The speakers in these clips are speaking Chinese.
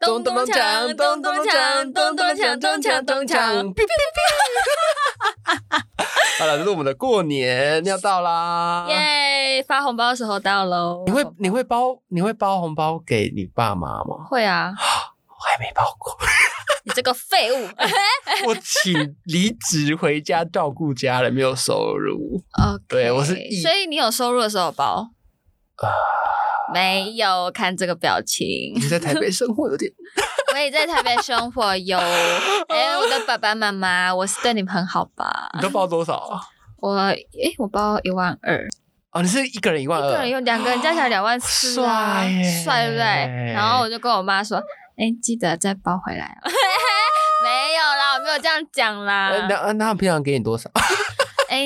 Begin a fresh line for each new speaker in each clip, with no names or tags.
咚咚咚锵，咚咚咚锵，咚咚锵，咚锵咚锵。
好了，这是我们的过年要到啦。
耶！发红包的时候到喽。
你会你会包你会包红包给你爸妈吗？
会啊？
我还没包 过，
你这个废 物。
我请离职回家照顾家人，没有收入。
OK，
对我是一
所以你有收入的时候有包？啊没有，看这个表情
你。在台北生活 有点
我也在台北生活有， 哎、我的爸爸妈妈，我是对你们很好吧？
你都包多少啊？
我哎、我包一万二，
哦，你是一个人一万
一个人
二，
用两个人加起来两万四、啊，
嗯帅耶
帅对不对？然后我就跟我妈说，哎、记得再包回来、哦。 没有啦，我没有这样讲啦。
呃那呃那他们平常给你 多少？
哎，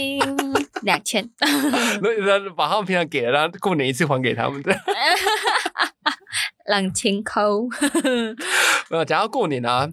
两千，
那那把他们平常给了，然后过年一次还给他们的。
两千块。
没有，讲到过年啊，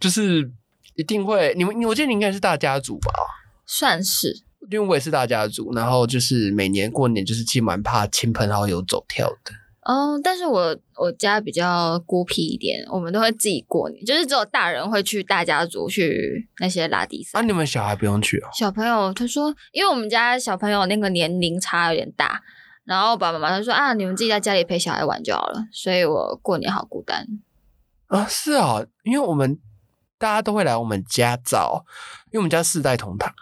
就是一定会，你们你我记得你应该是大家族吧？
算是
因为我也是大家族，然后就是每年过年就是其实蛮怕亲朋好友走跳的。
哦，但是我我家比较孤僻一点，我们都会自己过年，就是只有大人会去大家族去那些拉迪赛。
啊，你们小孩不用去哦。
小朋友他说，因为我们家小朋友那个年龄差有点大，然后爸爸妈妈就说啊，你们自己在家里陪小孩玩就好了，所以我过年好孤单。
啊，是啊，因为我们大家都会来我们家找，因为我们家世代同堂，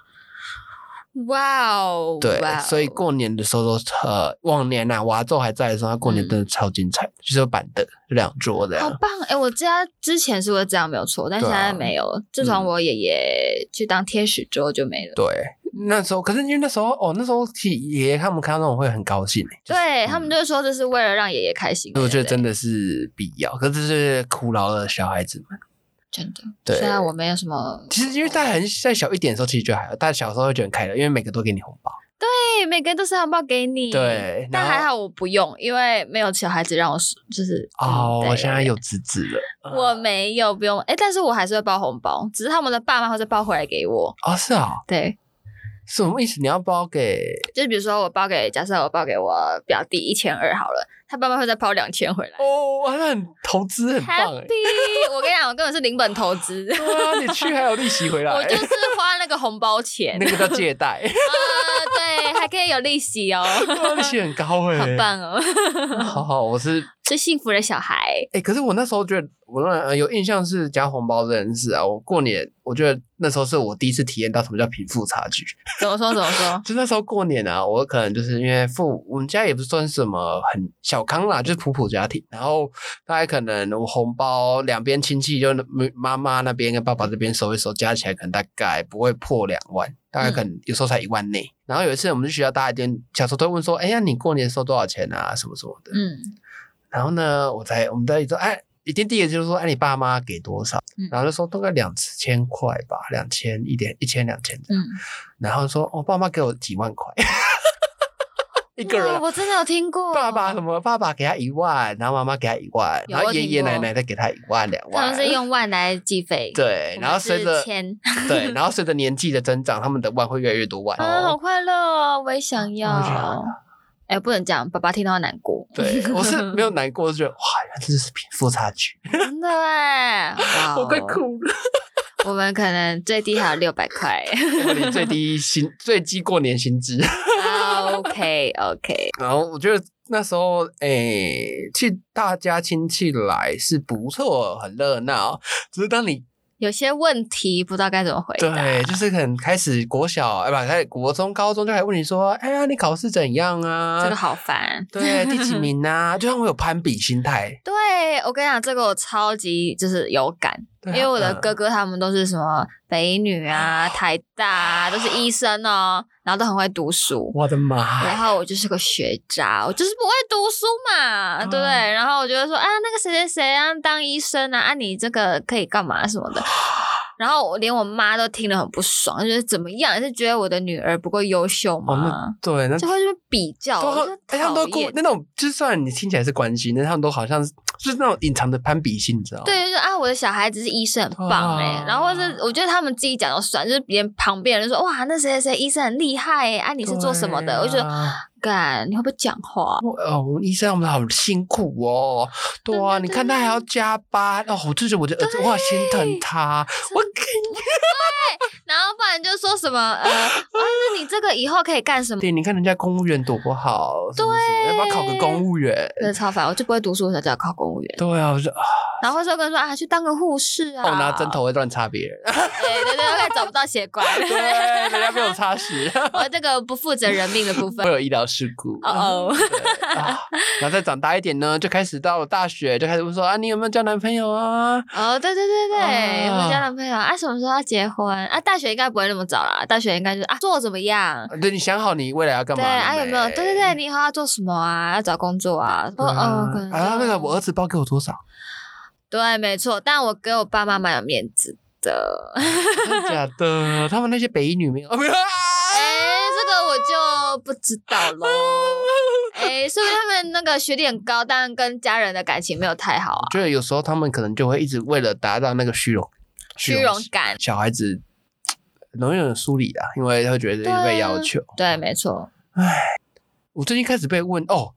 哇哦，
对
哇哦
所以过年的时候都呃，往年呐、啊，娃咒还在的时候，他过年真的超精彩，就是有板凳，就两桌这
嗯好
样。
棒！哎、我家之前是会这样没有错，但
对
现
啊
在没有了。自从
嗯
我爷爷去当天使之后就没了。
对，那时候可是因为那时候哦，那时候其实爷爷他们看到那种会很高兴、欸，就是
对他们就说这是为了让爷爷开心。
所以我觉得
对
真的是必要，可是这是苦劳了小孩子们。
真的，
对
虽然我没有什么，
其实因为大家很再小一点的时候，其实就还好，大家小时候会觉得很快乐，因为每个都给你红包。
对每个人都是红包给你，
对
但
然后
还好我不用，因为没有小孩子让我是就是嗯
哦，
对
我现在有侄子了。
我没有不用，哎、但是我还是会包红包，只是他们的爸妈会再包回来给我。
哦，是啊、
对，
什么意思？你要包给
就比如说我包给，假设我包给我表弟一千二好了，他爸妈会再包两千回来。
哦，哇那很投资很棒哎。
Happy！我跟你讲，我根本是零本投资，
对啊，你去还有利息回来，
我就是花那个红包钱
啊欸那个叫借贷，
啊，对，还可以有利息 哦，
利息很高哎，
很。棒哦，
好好，我是
是幸福的小孩。
哎、可是我那时候觉得，我那呃有印象是夹红包这件事啊。我过年，我觉得那时候是我第一次体验到什么叫贫富差距。
怎么说？怎么说？
就那时候过年啊，我可能就是因为父我们家也不算什么很小康啦，就是普普家庭。然后大概可能我红包两边亲戚就妈妈那边跟爸爸这边收一收，加起来可能大概不会破两万，
嗯
大概可能有时候才一万内。然后有一次我们去学校，大家一定小时候都会问说：“哎呀，你过年收多少钱啊？什么什么的。
嗯，
然后呢，我才我们在说：“哎。”一定第一个就是说，哎，你爸妈给多少？
嗯
然后就说大概两千块吧，两千一点，一千两千这样
嗯，
然后说：“我、哦爸妈给我几 万块，一个人
哇
啊。
我真的有听过
爸爸什么？爸爸给他一万，然后妈妈给他一万，
有
然后
我
爷
听
爷
过
奶奶再给他一万两
他
万。
们是用万来计费，
对
我，们
然后
是
随着
千
对，然后随着年纪的增长，他们的万会越来越多 万。
啊，好快乐哦，我也想
我觉得好
要。哎，不能讲，爸爸听到会难 过。
对，我 是没有难过，我是觉得哇，原来这就是贫富差距，
真的哎，哇
我快
哦。
哭了。
我们可能最低还有六百块。
我领最低薪，最低过年薪资。
啊 OK OK，
然后我觉得那时候，诶、去大家亲戚来是不错，很热闹。只是当你
有些问题不知道该怎么回答。
对，就是可能开始国小，哎不，开始国中、高中就来问你说，哎呀，你考试怎样啊？
这个好烦。
对，第几名啊？就让我有攀比心态。
对我跟你讲，这个我超级就是有感，
对啊
因为我的哥、哥他们都是什么北女啊、台大啊，都是医生哦，然后都很会读
嗯
书。
我的妈
然
呀！
后我就是个学渣，我就是不会读书嘛，对不
嗯
对？然后我就会说啊，那个谁谁谁啊，当医生啊，啊你这个可以干嘛什么的。然后我连我妈都听得很不爽，就是怎么样，是觉得我的女儿不够优秀
哦，
吗
那？对，那
就会去比较，
都
我
好
就，
哎，他们都
讨厌
过那种，就算你听起来是关心，但他们都好像是就是那种隐藏的攀比心，你知道吗？，
对，就是啊，我的小孩子是医生，很棒哎、
哇
然后或是我觉得他们自己欸讲都算，就是别人旁边人就说哇，那谁谁谁医生很厉害哎、啊你是做什么的？我就觉得
得
干，你会不会讲话？
我哦，我们医生我们好辛苦哦，对
对
啊，
对
你看他还要加班哦，我就觉得我的儿子我好心疼他，我
然后不然就说什么呃，啊，那你这个以后可以干什么？
对，你看人家公务员多不好，什么什么要不要考个公务员？
真的超烦，我就不会读书，我才叫考公务员。
对啊，我说啊
然后说跟说啊，去当个护士啊，
我拿针，头会乱插 别人，
对对对，快找不到血管。
对，人家被我插死，
我这个不负责人命的部分
会。有医疗事故。
哦哦，
对啊然后再长大一点呢，就开始到了大学，就开始问说啊，你有没有交男朋友啊？
哦，对对对对，
啊
我交男朋友啊，什么时候要结婚啊？大学应该不会那么早啦，大学应该就是啊，做怎么样？
对你想好你未来要干嘛
对
了没？
啊，有没有？对对对，你以后要做什么啊？要找工作啊？
对
哦
啊
哦，可能就
啊，那个我儿子包给我多少？
对，没错，但我给我爸妈蛮有面子的。
真的假的？ 他们那些北医女没有？ 哦没有啊
哎、这个我就不知道喽。
啊
哎、是不是他们那个学历很高，但跟家人的感情没有太好啊
我？觉得有时候他们可能就会一直为了达到那个虚荣
虚荣感，
小孩子容易有疏离啊，因为会觉得被要求。
对，没错。
我最近开始被问哦，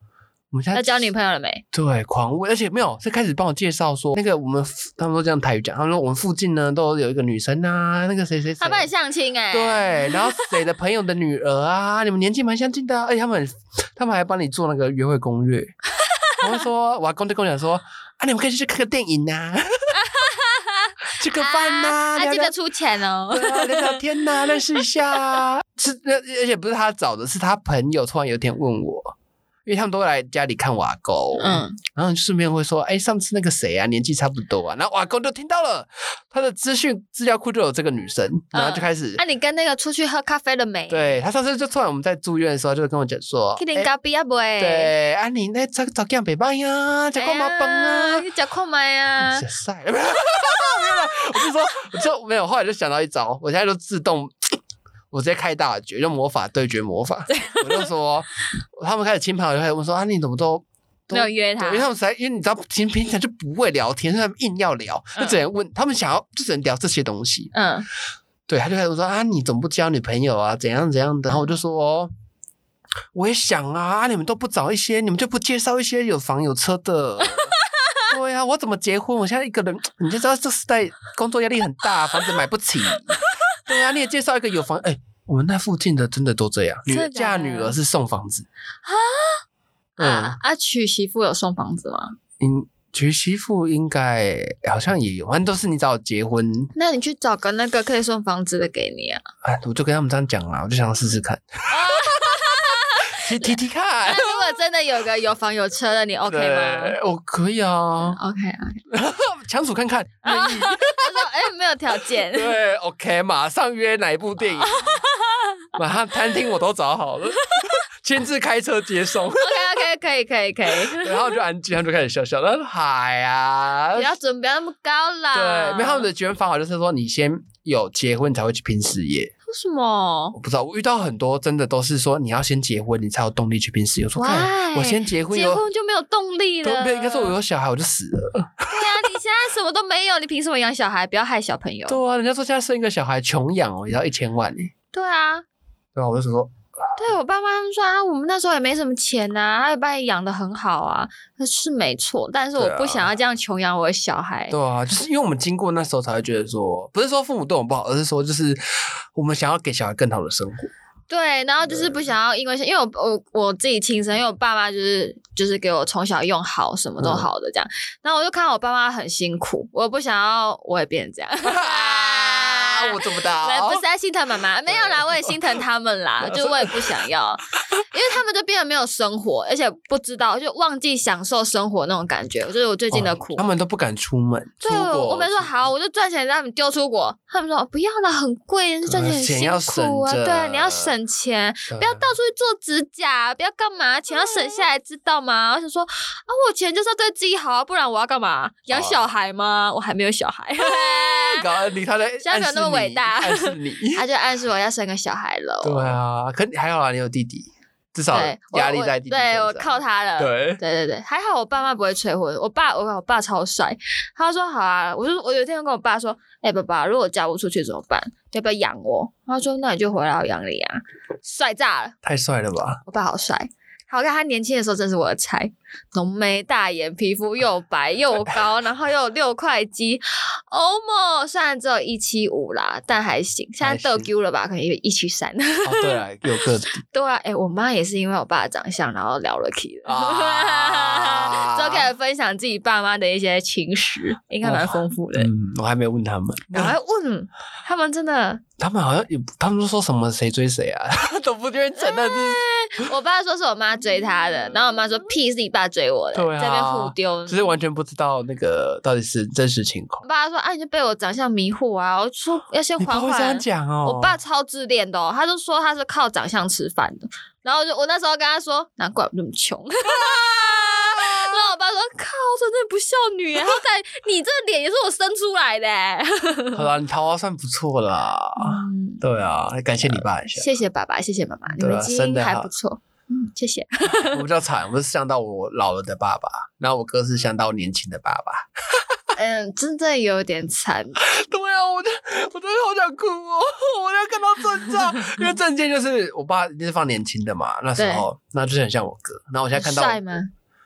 我们现在
要交女朋友了没？
对狂问，而且没有是开始帮我介绍说那个我们附他们都这样台语讲，他们说我们附近呢都有一个女生啊，那个谁谁谁
他。帮你相亲哎、
对，然后谁的朋友的女儿啊，你们年纪蛮相近的、啊，而且他们很他们还帮你做那个约会攻略。他们说，我阿公就跟我讲说，啊，你们可以去看个电 影呐、吃个饭呐、
啊，
聊
啊记
聊
得出钱哦。
对啊，聊聊天呐、认识一下、啊。是，那而且不是他找的，是他朋友突然有一天问我，因为他们都会来家里看瓦沟，嗯，
嗯，
然后顺便会说，哎、上次那个谁啊，年纪差不多啊，然后瓦沟就听到了，他的资讯资料库就有这个女生，然后就开始。
那、啊你跟那个出去喝咖啡了没？，
对他上次就突然我们在住院的时候，就跟我讲说，
去
哎
点咖啡啊不？对，
对，啊你那早早干北拜呀，吃过啊麻崩啊，
你脚控麦啊
你吃，晒了，没有啦我就说，我就没有，后来就想到一招，我现在就自动，我直接开大绝，用魔法对决魔法，我就说，他们开始亲朋好友就开始问说啊你怎么都。都
没有约他
对因为他们实在，因为你知道，平平常就不会聊天，所以他们硬要聊，就只能问，他们想要就只能聊这些东西。
嗯，
对，他就开始说啊，你怎么不交女朋友啊？怎样怎样的？然后我就说，哦我也想啊，啊你们都不找一些，你们就不介绍一些有房有车的。 对呀、啊，我怎么结婚？我现在一个人，你就知道这时代工作压力很大，房子买不起。对啊，你也介绍一个有房，哎、我们那附近的真的都这样，女
真的假
嫁
的
女儿是送房子啊。
啊啊，娶媳妇有送房子吗？
嗯，应娶媳妇应该好像也有，反正都是你找结婚，
那你去找个那个可以送房子的给你啊。
哎，我就跟他们这样讲啦，我就想要试 试看，去踢踢看
那。 如果真的有个有房有车的，你 OK 吗
对我可 以啊，
？OK 啊，
强处 看看， 愿意。
他说哎、没有条件，
对，OK，马上约哪一部电 影，马上餐厅我都找好了，亲自开车 接送。
OK OK 可以可以可以，
然后就安静，他们就开始笑笑。他说：“嗨啊
不，要准不要那么高啦。
对，没有他们的结婚方法就是说，你先有结婚才会去拼事业。
为什么
我不知道，我遇到很多真的都是说，你要先结婚，你才有动力去拼事业。我说，看
Why？
我先结婚
结
有，
婚就没有动力
都
了？
没有应该说我有小孩我就死了。
对啊，你现在什么都没有，你凭什么养小孩？不要害小朋友。
对啊，人家说现在生一个小孩穷养哦，也要一千万耶
嗯对啊，
对啊，我就想说，
对我爸妈他们说啊，我们那时候也没什么钱呐、啊，他也把你养的很好啊，那是没错，但是我
对啊
不想要这样穷养我的小孩。
对啊，就是因为我们经过那时候才会觉得说，不是说父母对我们不好，而是说就是我们想要给小孩更好的 生活。
对，然后就是不想要，因为因为我我我自己亲生，因为我爸妈就是就是给我从小用好，什
嗯
么都好的这样，然后我就看到我爸妈很辛苦，我不想要我也变成这样。
啊，我做不到。
我不是在心疼妈妈，没有啦，我也心疼他们啦，就我也不想要，因为他们就变得没有生活，而且不知道就忘记享受生活那种感觉，就是我最近的苦。
哦他们都不敢出门。
对，
出
我
国
我们说好，我就赚钱让你们丢出国，他们说不要啦，很贵，赚钱很
呃钱
辛
要
苦啊，
省着
对，你要省钱，
对啊
不要到处去做指甲，不要干嘛，钱要省下
嗯
来，知道吗？我想说啊，我钱就是要对自己好啊，不然我要干嘛？养小
哦
孩吗？我还没有小孩。
搞你他在
现在没有那么伟大
暗示你。
他就暗示我要生个小孩了。哦
对啊，可你还好啦，你有弟弟，至少
对，我
压力
我
在弟弟
对
身
我
上
靠他了。
对，
对对对还好我爸妈不会催婚。我爸，我我爸超帅，他说好啊。我就我有一天就跟我爸说，哎、爸爸，如果我嫁不出去怎么办？要不要养我？他说那你就回来我养你啊，帅炸了！
太帅了吧？
我爸好帅，好看，他年轻的时候真是我的菜，浓眉大眼，皮肤又白又高，然后又有六块肌，欧莫虽然只有一七五啦，但还行。现在
还行
得丢了吧，可能有一七三。
哦，对了，有个子
对啊，哎、我妈也是因为我爸的长相，然后聊了 K 的。
啊
之后开始分享自己爸妈的一些情史，应该蛮丰富的。
嗯，我还没有 问他们，
赶快问他们，真的，
他们好像也，他们都说什么谁追谁啊， 都不愿意承认是，
我爸说是我妈追他的，然后我妈说屁是你爸追我的，
嗯对啊
在那边互丢。
就是完全不知道那个到底是真实情况。
我爸说啊，你就被我长相迷惑啊，我 说要先
你
缓
爸会这
缓啊
样。讲哦？
我爸超自恋的、哦，他就说他是靠长相吃饭的，然后我就我那时候跟他说，难怪我那么 穷。然后我爸说：“靠，真的不孝女耶！然后在你这脸也是我生出来的耶。
哦好啦，你桃花算不错啦。
嗯
对啊，感谢你爸 一下。
谢谢爸爸，谢谢妈妈，你
对啊
们基
生
因
得
还
好
不错。嗯，谢谢。
我比较惨，我是想到我老了的爸爸，然后我哥是想到年轻的爸爸。
嗯，真的有点惨，
对啊，我就我真的好想哭哦！ 我要看到证照， 因为证件就是我爸一定是放年轻的嘛，那时候那就是很像我哥。然后我现在看到
帅吗？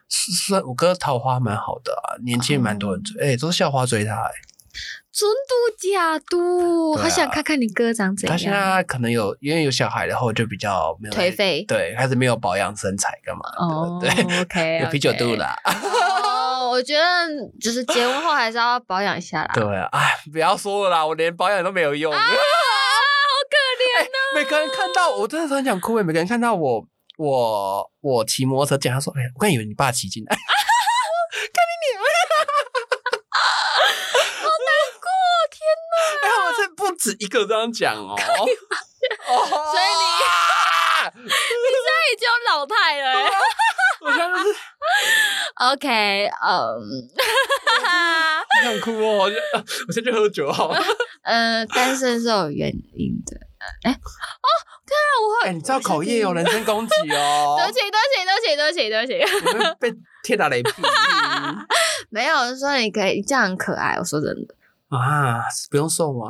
是是我哥桃花蛮好的啊，年轻蛮多人追，
哦
哎、都是校花追他、哎
真度假度，
对啊
好想看看你哥长怎
他现
样。
在可能有因为有小孩，然后就比较没有
颓废
对，开始没有保养身材干嘛的，
哦
对，
，OK，
有啤酒肚。啦。
哦，我觉得就是结婚后还是要保养一下啦。
对啊，哎，不要说了啦，我连保养都没有用。 哎每个人看到我真的是很想哭诶，每个人看到我，我我骑摩托车进来，他说：“哎、我刚以为你爸骑进来。哎”我这不止一个这样讲哦，所以你，
已经有老态了欸、
我现在就是
OK，嗯，
很想哭哦，我就我现在就喝酒哦好了。
呃，单身是有原因的。哎、哦，
哎、
对啊，我会。
你知道口业有人身攻击哦，
对不起，对不起，对不起，对不起，对不起。
你们被天打雷劈
没有人说你可以这样很可爱，我说真的，
啊！不用送吗？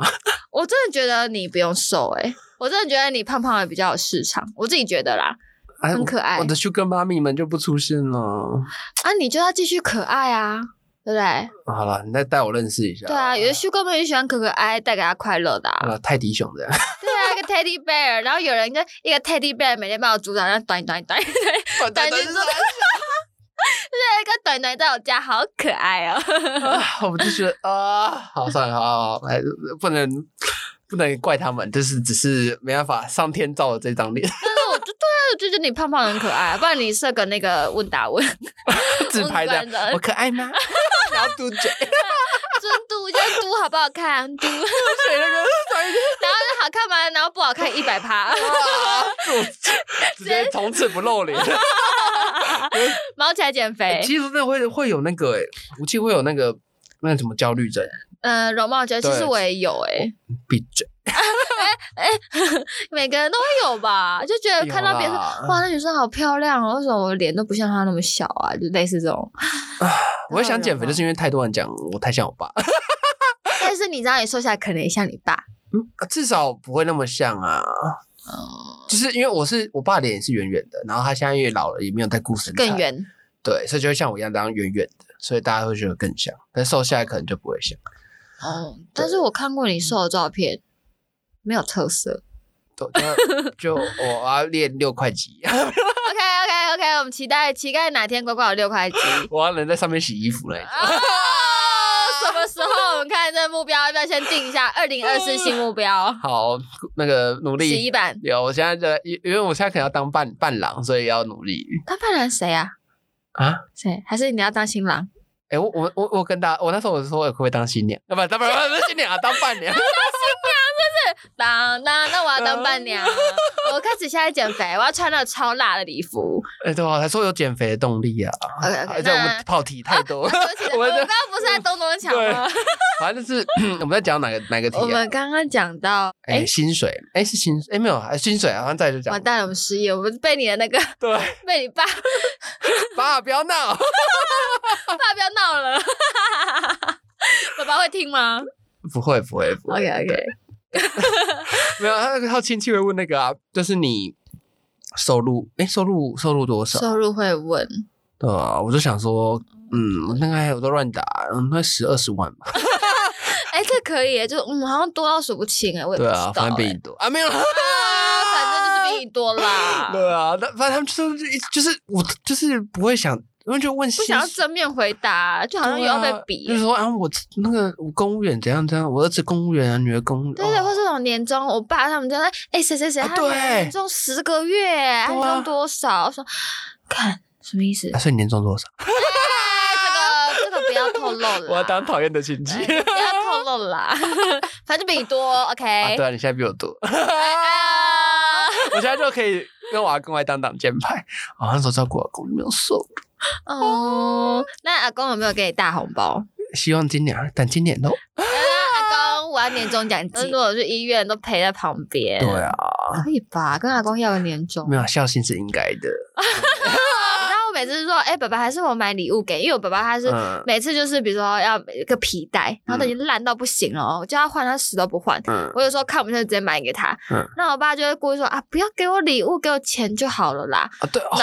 我真的觉得你不用瘦、欸，我真的觉得你胖胖的比较有市场，我自己觉得啦。
哎，
很可爱
我。我的 Sugar 妈咪们就不出现了。
啊，你就要继续可爱啊，对不对？
好了，你再带我认识一下。
对啊，有的修哥们也喜欢可可爱，爱，带给他快乐的、
好
啊。
了，泰迪熊这样。
对啊，一个 teddy bear，然后有人就一个 teddy bear 每天帮我组长，然后短短短， 对，一
短
短就是 个短短在我家好可爱哦。
啊，我就觉得啊，好算了，好好好，哎，不能不能怪他们，就是只是没办法，上天造了这张脸，
但是我就对啊，我就觉得你胖胖很可爱，啊不然你设个那个问答问，
自拍
我本人
的，我可爱吗？然后嘟嘴，
尊嘟就嘟好不好看， 嘟，然后
嘴那个
就好看吗？然后不好看一百 趴，
啊，嘟嘴直接从此不露脸。
毛起来减肥，
哎其实那会会有那个，哎，我记得会有那个那什么焦虑症，
嗯、容貌觉得其实
对
我也有哎、
闭嘴。
每个人都会有吧，就觉得呃看到别人
有啦嗯
说哇，那女生好漂亮哦，为什么我脸都不像她那么小啊？就类似这 种。
我会想减肥，就是因为太多人讲我太像我爸，
但是你知道，你瘦下来可能也像你爸，
至少不会那么像啊。
嗯，
就是因为我是我爸脸也是圆圆的，然后他现在越老了也没有再顾身材，
更圆。
对，所以就会像我一样这样圆圆的，所以大家会觉得更像，但瘦下来可能就不会像。
哦，但是我看过你瘦的照片，没有特色。
都 就就我要练六块肌，
OK OK OK，我们期待期待哪天乖乖有六块肌。
我要能在上面洗衣服嘞。
啊，什么时候我们看这目标？要不要先定一下二零二四新目标？
好，那个努
洗衣
力。
板，
有，我现在在，因因为我现在可能要当伴伴郎，所以要努力
他扮演谁啊？
啊。
谁？还是你要当新郎？
哎、我我我我跟大我那时候我说我可不可以当新娘？啊，不，当不不不是新娘啊，当伴娘。
当当，那我要当伴娘。我开始现在减肥，我要穿那个超辣的礼服。
哎、对啊，才说有减肥的动力啊。
OK
而
OK，
且我们
那。
跑题太多，
对不起 我
我
们
们
刚刚不是在东 东抢吗？
反正就是 我们在讲哪个哪个题
我
啊？
们刚刚讲到，
哎、
哎，
薪水，哎、是薪，哎、没有，哎薪水啊，好像再就讲
完，蛋了，我们失业，我们被你的那个，
对，
被你爸
爸不要闹，
爸不要闹了， 爸爸会听吗
不会不会不会
？OK OK，
没有，他他亲戚会问那个啊，就是你收入，哎，收入收入多少？
收入会问，
对啊，我就想说，嗯，大概我都乱打，嗯，那十二十万吧。
哎，这可以耶，就嗯，好像多到数不清哎，我也不
对
知
啊
道，
反正比
哎
你多啊，没有啦，
啊，反正就是比你多啦，
对啊，那反正他们就是就是我就是不会想，因为就问
不
薪
想要
水
正面回答，就好像
对
又要被
啊
比
就
了。
是说啊，我那个我公务员怎样怎样，我儿子公务员啊，女儿公务
对对，
哦
或是那种年终，我爸他们就在，哎、谁谁谁，
啊
他
对
年终十个月，他
对
年
啊
终多少？我说看什么意思？
啊所以你年终多少？
哎这个这个不要透露 了，
讨厌的亲
哎不要透露啦， 反正比你多，OK。
啊，对啊，你现在比我 多，
哎啊
我现在就可以跟我阿公来当挡箭牌。啊，那时候照顾我阿公没有瘦，
哦，那阿公有没有给你大红 包？
希望今年啊，但今年都
阿公，我要年终奖金。如果去医院都陪在旁边，嗯
对，啊，
可以吧？跟阿公要个年终。
没有孝心是应该的。
然后我每次说，哎、爸爸，还是我买礼物给你，因为我爸爸他是
嗯
每次就是比如说要一个皮带，然后都已经烂到不行了，哦，我叫他换，他死都不换。
嗯，
我有时候看不顺就直接买给他，
嗯
那我爸就会故意说啊，不要给我礼物，给我钱就好了啦。
啊对哦，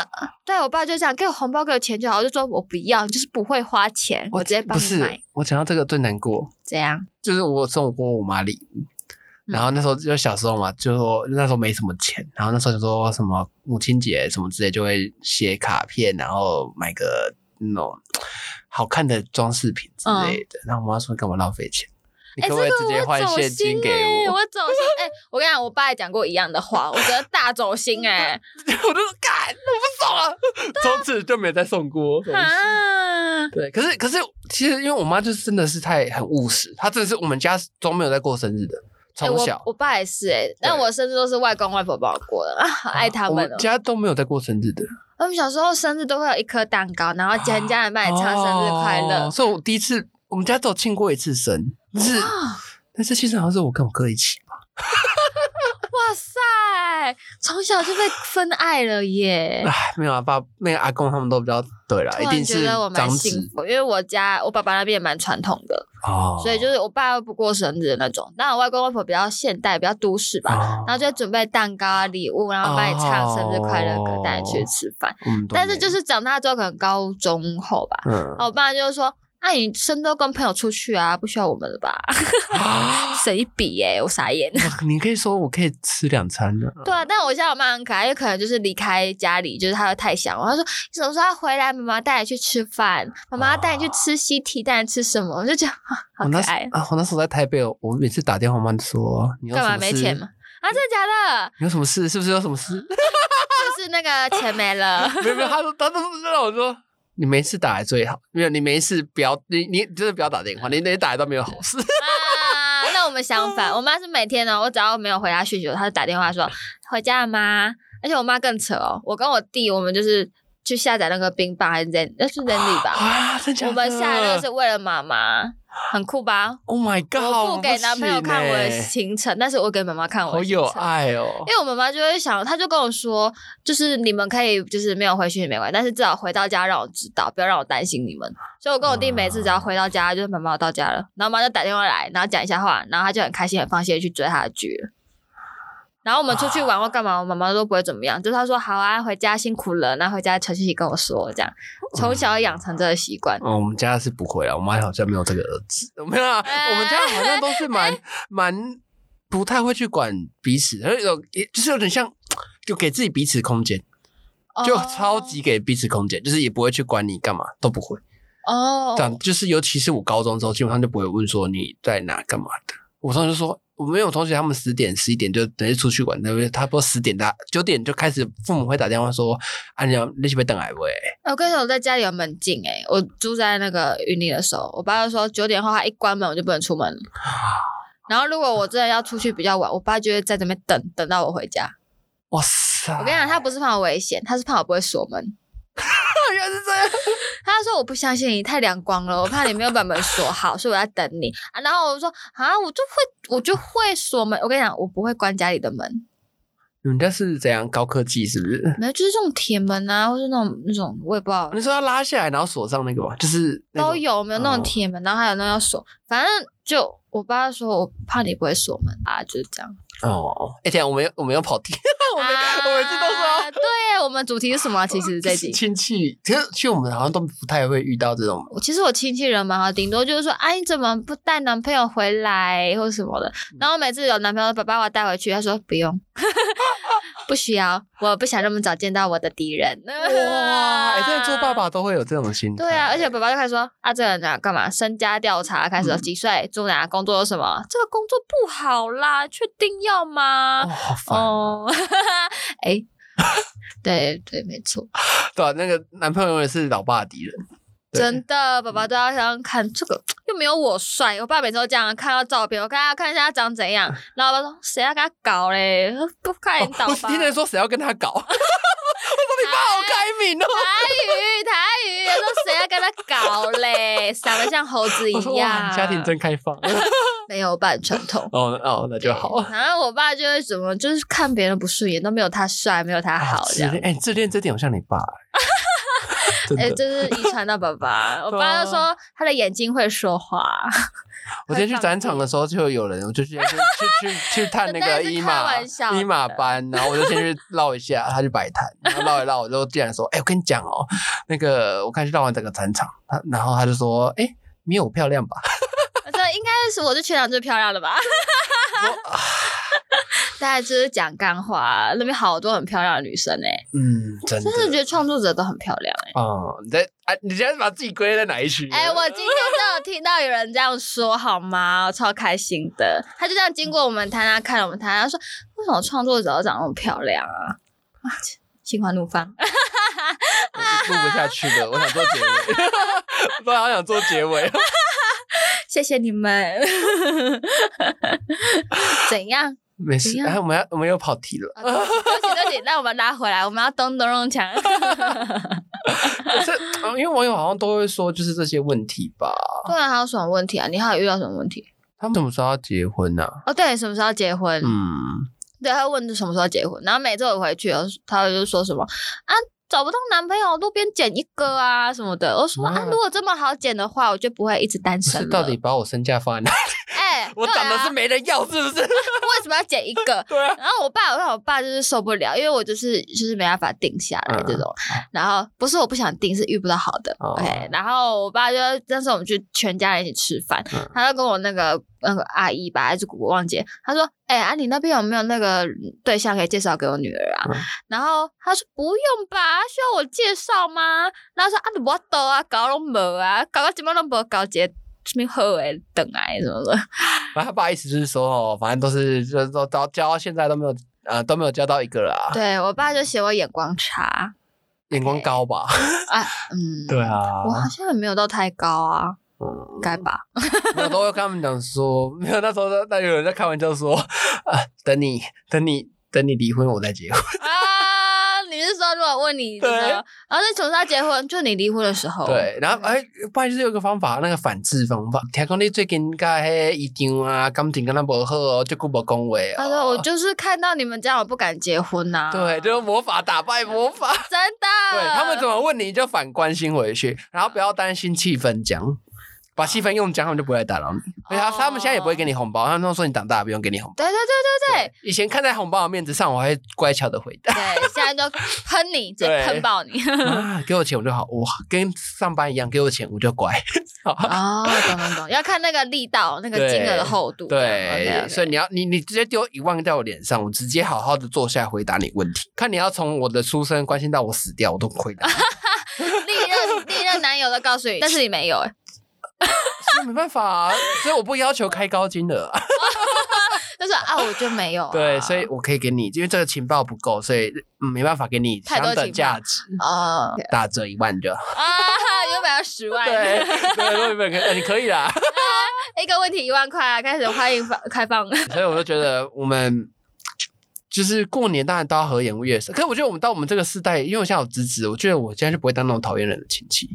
对我爸就这样，给我红包，给我钱就好，我就说我不要，你就是不会花钱，我直接帮
不
你买
是，我讲到这个最难过，
这样。
就是我送过我妈礼物，
嗯
然后那时候就小时候嘛，就说那时候没什么钱，然后那时候就说什么母亲节什么之类，就会写卡片，然后买个那种好看的装饰品之类的。然后我妈说干嘛浪费钱？你
嗯哎，
可不可以
这
直
个
接
我
换
走
现金
心
给
欸
我？
我走心。哎、我跟你讲，我爸也讲过一样的话，我觉得大走 心哎、
我就说干，我不送了，从此就没再送过。
啊，
对，可是可是其实因为我妈就是真的是太很务实，她真的是我们家都没有在过生日的，
哎
从
我
小、
我爸也是哎、但我生日都是外公外婆帮我过的 啊，好爱他
我
们哦
们。家都没有在过生日的。
我们小时候生日都会有一颗蛋糕，然后全家人帮你唱生日快乐。
啊哦所以我第一次，我们家只有庆过一次生，但是
哦
但是其实好像是我跟我哥一起吧。
哇塞，从小就被分爱了耶！
唉，没有 啊，爸那个阿公他们都比较对啦，
突
一
然
定
啊觉
是
得我蛮
长
幸
子
福，因为我家我爸爸那边也蛮传统的，
哦，
所以就是我爸不过生日的那种。但我外公外婆比较现代，比较都市吧，
哦
然后就会准备蛋糕啊、礼物，然后帮你唱生日快乐歌，带你去吃饭。
我们都
但是
没
就是长大之后，可能高中后吧，
嗯
然后我爸就说：“那、你生都跟朋友出去啊，不需要我们了吧？”
啊，
省一笔耶、我傻眼。
哇你可以说我可以吃两餐的，
对啊，但我现在我妈很可爱，有可能就是离开家里，就是她会太想我。她说你什么时候要回来？妈妈带你去吃饭，妈妈带你去吃西提，带你吃什么？我就觉得 啊好
我
可
哦那时
爱。
啊，我那时候在台北，我每次打电话，我妈就说你有
干
什
嘛
么
没
事？
钱吗？啊，真的假的？
你有什么事？是不是有什么事？
就是那个钱没了。
没有没有，他说他都是让我说，你没事打来最好，没有你没事不要你你真的不要打电话，你你打来都没有好事。
啊，那我们相 反，我妈是每天哦呢，我只要没有回她讯息，她就打电话说回家了吗？而且我妈更扯哦，我跟我弟，我们就是去下载那个冰棒还是 Zen，那是 Zenly 吧？
啊，真 假的？
我们下来那个是为了妈妈，很酷吧？
，Oh my God！
我不给
行
男朋友看我的
欸
行程，但是我给妈妈看我
好
的行程。
有爱哦
因。为我妈妈就会想，她就跟我说，就是你们可以就是没有回去也没关系，但是至少回到家让我知道，不要让我担心你们。所以我跟我弟每次只要回到家，就是妈妈我到家了，然后妈妈就打电话来，然后讲一下话，然后她就很开心很放心的去追她的剧了。然后我们出去玩或干嘛，我妈妈都不会怎么样，就是她说好啊，回家辛苦了，然后回家传讯息跟我说这样，从小养成这个习惯。
哦，我们家是不会啦，我妈好像没有这个儿子， 没有啊，
哎
我们家好像都是蛮蛮不太会去管彼此，而有也就是有点像，就给自己彼此空间，就
哦
超级给彼此空间，就是也不会去管你干嘛，都不会。
哦，
但就是尤其是我高中之后，基本上就不会问说你在哪干嘛的。我同学就说，我们有同学他们十点十一点就等于出去玩，对不对？他不十点打九点就开始，父母会打电话说，啊你要你是不是等来喂？
哎我跟你说，我在家里有门禁哎、我住在那个云林的时候，我爸就说九点后他一关门我就不能出门了。然后如果我真的要出去比较晚，我爸就会在那边等等到我回家。
哇塞！
我跟你讲，他不是怕我危险，他是怕我不会锁门。
哦原来是这样，
他说我不相信你太阳光了，我怕你没有把门锁好，所以我在等你啊。然后我就说啊，我就会我就会锁门。我跟你讲，我不会关家里的门，
你们家是怎样高科技是不是？
没有，就是这种铁门啊，或是那种那种，我也不知道，
你说要拉下来然后锁上那个吗？就是那种嗯
都有没有那种铁门，然后还有那种要锁，反正就我爸说，我怕你不会锁门啊，就是这样。
哦。哎、天啊，我们又我们又跑题，我们、
啊
我每次都说
对耶，我们主题是什么啊？其实这一集。
亲戚，其实其实我们好像都不太会遇到这 种
我其实我亲戚人蛮好，顶多就是说，哎、啊，你怎么不带男朋友回来或什么的？
嗯
然后每次有男朋友把爸爸带回去，他说不用， 不需要，我不想这么早见到我的敌人。
哇，哎、真的做爸。爸都会有这种心态。
对啊，而且爸爸就开始说啊，这个人啊干嘛？身家调查开
嗯
始了，几岁，住哪，工作有什么？这个工作不好啦，确定要吗
哦，？好烦。
哦， 哎、对对，没错，
对啊，那个男朋友永远是老爸的敌人。 对
真的，爸爸都要想想看，这个又没有我帅。我爸每次都这样，啊看到照片，我看他看一下他长怎 样，然后我爸说谁要跟他搞嘞？ 不快哎点倒
哦我
吧。
听人说谁要跟他搞，我说 你爸好开 明哦。
台语台语，说谁要跟他搞嘞？长得像猴子
我说
一
哇，
样，
你家庭真开放。
没有办传统。
哦哦，那就 好。
然后啊我爸就会怎么，就是看别人不顺眼，都没有他帅，没有他好这
自
样。
恋，哎，自恋这点我像你 爸。真
哎、
的，啊
这是遗传到爸 爸。我爸就说他的眼睛会说话，
我今天去展场的时候就有人，我就去去去去去探那
当
个
然是
伊
开
玛
玩笑
伊玛
的
班，然后我就先去绕一下，他去摆摊，然后绕一绕，我就竟然说，哎，我跟你讲哦，那个我看去绕完整个展场，他然后他就说，哎，没有我漂亮吧？
这应该是我是全场最漂亮的吧？ 大家就是讲干话，那边好多很漂亮的女生哎、
嗯，真
真的
的。
觉得创作者都很漂亮哎、
哦，你在啊？你现在把自己归类在哪一区？
哎、我今天都 有听到有人这样说，好吗？我超开心的。他就这样经过我们摊，他看了我们摊，他说：“为什么创作者都长那么漂亮啊？”啊，心花怒放。
我录不下去了，我想做结 尾，我突然好想做结尾。
谢谢你 们。怎 样？
没事
怎，样
哎，我们要我们又跑题了。
啊对不起对不起，那我们拉回来，我们要咚咚咚锵。
可是，嗯因为网友好像都会说，就是这些问题吧。
不然还有什么问题啊？你还有遇到什么问题？
他们什么时候要结婚呢、啊？
哦，对，什么时候结婚？
嗯，
对，他会问什么时候结婚，然后每次我回去，哦他就说什么啊，找不到男朋友，路边捡一个啊什么的。我说啊，
啊
如果这么好捡的话，我就不会一直单
是
身了。
到底把我身价放在哪？
哎、
我
对
长得
啊
是没人要，是不是？
为什么要捡一个？
对啊，
然后我爸，我让我爸就是受不了，因为我就是就是没办法定下来这种。然后不是我不想定，是遇不到好的。
嗯哦
OK，然后我爸就那时候我们去全家人一起吃饭，
嗯
他就跟我那个那个阿姨吧，还是姑姑忘记了，他说：“哎、啊你那边有没有那个对象可以介绍给我女儿啊？”
嗯
然后他说：“不用吧，需要我介绍吗？”然后说：“啊，你我懂啊，搞拢无啊，搞到基本都无搞一个什么好诶，等来什么的。”
然后他爸意思就是说，哦，反正都是就是都到交到现在都没有呃都没有交到一个了啊，
对我爸就嫌我眼光差，
眼光高吧？
嗯，
对啊
我好像也没有到太高啊，
嗯，
该吧？
我都会跟他们讲说，没有那时候那那有人在开玩笑说，啊，等你等你等你离婚我再结婚，
啊，你是说如果问你
对
那个，然后那从他结婚，就你离婚的时候，
对，然后哎，不然就是有个方法，那个反制方法，听讲你最近甲迄姨丈啊感情跟他不好哦，就顾不恭维哦，
他说我就是看到你们这样，我不敢结婚呐、
对，就是魔法打败魔法。
真的， 哦
对他们怎么问你就反关心回去，然后不要担心气氛僵，把气氛用僵，他们就不会来打扰你。而且他他们现在也不会给你红包，他们都说你长大了不用给你红包。
对对对对。
以前看在红包的面子上，我还乖巧的回答
对对，现在就喷你，直接
对
喷 爆你。
啊，给我钱我就好，哇，跟上班一样，给我钱我就 乖。
哦，懂懂懂，要看那个力道，那个金额的厚度。
对，所
以
以你要你你直接丢一万在我脸上，我直接好好的坐下来回答你问题。看你要从我的出生关心到我死掉，我都回 答 你。
历任历任男友都告诉你，但是你没有、欸，
所以没办法、啊，所以我不要求开高金 额、啊。
就说啊，我就没有、啊。
对，所以我可以给你，因为这个情报不够，所以、嗯、没办法给你
太多
相等
情报
价值，
哦
打折一万就好。
啊，原本要十万。
对对对对，你可以啦。
一个问题一万块啊，开始欢迎 放开放。
所以我就觉得我们。就是过年当然都要和颜悦色，可是我觉得我们到我们这个世代，因为我现在有侄子，我觉得我现在就不会当那种讨厌人的亲戚。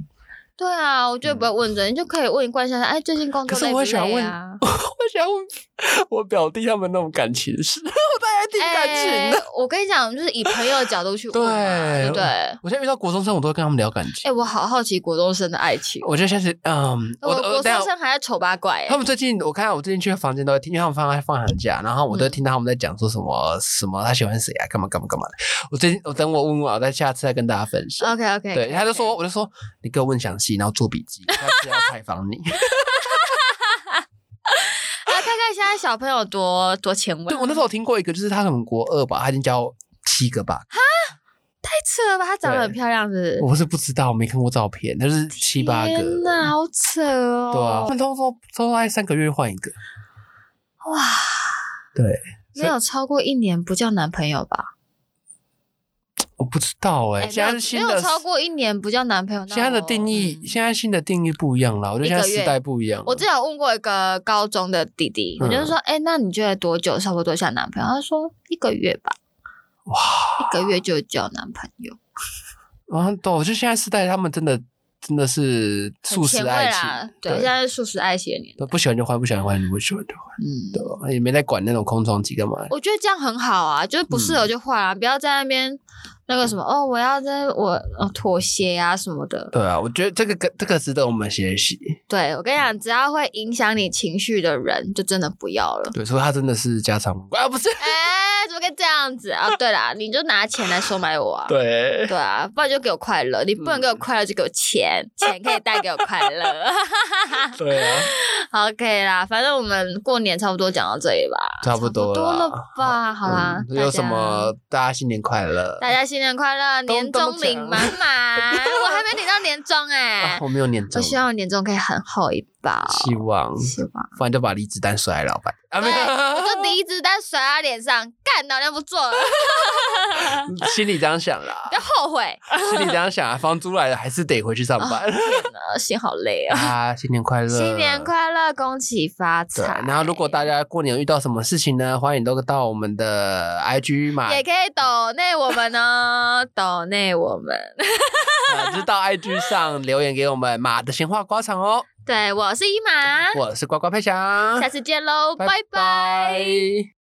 对啊，我觉得不要问着，你就可以问关一下他，哎，最近工
可
作
是
累
我
不
会想
累
问
啊？
我想问我表弟他们那种感情事， 我大家挺感情的。
哎我跟你讲，就是以朋友的角度去问嘛，
对
对不对？哎、
我现在遇到国中生，我都会跟他们聊感情。
我好好奇国中生的爱情，
我就现在是嗯，
我
我
国
等一
中
下
生还在丑八怪、
他
哎
们最近，我看我最近去房间都会听，因为他们放放寒假，然后我
嗯
都会听到他们在讲说什么、什么他喜欢谁啊，干嘛干嘛干嘛的。我最近我等我问问啊，我再下次再跟大家分享。
OK 欸 OK，
对，他就说，我就说你给我问详细，然后做笔 记，下次要采访你。
啊，看看现在小朋友多多前卫，
对我那时候听过一个，就是他可能国二吧，他已经交七个吧，
太扯了吧？她长得很漂亮是不是
我不是不知道，没看过照片，但是七八个，
天哪，好扯哦！
对啊，他们都说都大概三个月换一个，
哇，
对，啊
没有超过一年不叫男朋友吧？
我不知道哎、
哎
现在
没
是新
有没
的
有超过一年不叫男朋友，那
现在的
我
定义，
嗯
现在新的定义不一样了，我觉得
一
现
个
在时
月
代不一样了。嗯
我之前有问过一个高中的弟弟，我就是说，哎、那你觉得多久差不多像男朋友？他说一个月吧，
哇，
一个月就交男朋友，
啊，对，我觉得现在时代他们真的真的是
很
素
前
食
卫
爱
啦
情，
对，现在是素食爱情的年代，
都不喜欢就换，不喜欢就换，不喜欢就换，对
嗯，
吧？也没在管那种空窗期干嘛。
我觉得这样很好啊，就是不
嗯
适合就换啊，不要在那边那个什么哦，我要在我、呃、妥协啊什么的。
对啊，我觉得这个跟这个值得我们学习。
对我跟你讲，只要会影响你情绪的人，就真的不要了。
对，所以他真的是家常啊，不是？
哎、怎么可以这样子啊？对啦，你就拿钱来收买我啊。
对，
对啊，不然就给我快乐，你不能给我快乐就给我 钱，钱可以带给我快乐。
对啊，
好，OK 啦，反正我们过年差不多讲到这里吧，
差不多
多
啦
了吧？好啦，
嗯
大
有什
家
么？大家新年快乐！
大家新年快乐，
咚
年
咚
终领
锵
满满，我还没领到年终哎、
啊，我没有年
我
终，
希望我年终可以很厚一包，
希望，
希望。
不然就把离子弹甩老板啊，没
对，我
有，
就第一子弹甩他脸上，干，老娘不做了，
心里这样想啦
不，要后悔。
心里这样想啊，房租来了还是得回去上班。
呃心好累啊！
啊，新年快乐！
新年快乐，恭喜发
对，
财。
然后如果大家过年有遇到什么事情呢，欢迎都到我们的 IG 嘛，
也可以抖内我们哦，抖内我们。
啊就到 IG 上留言给我们马的闲话瓜场哦。
对，我是一马，
我是呱呱佩翔，
下次见喽，拜拜
拜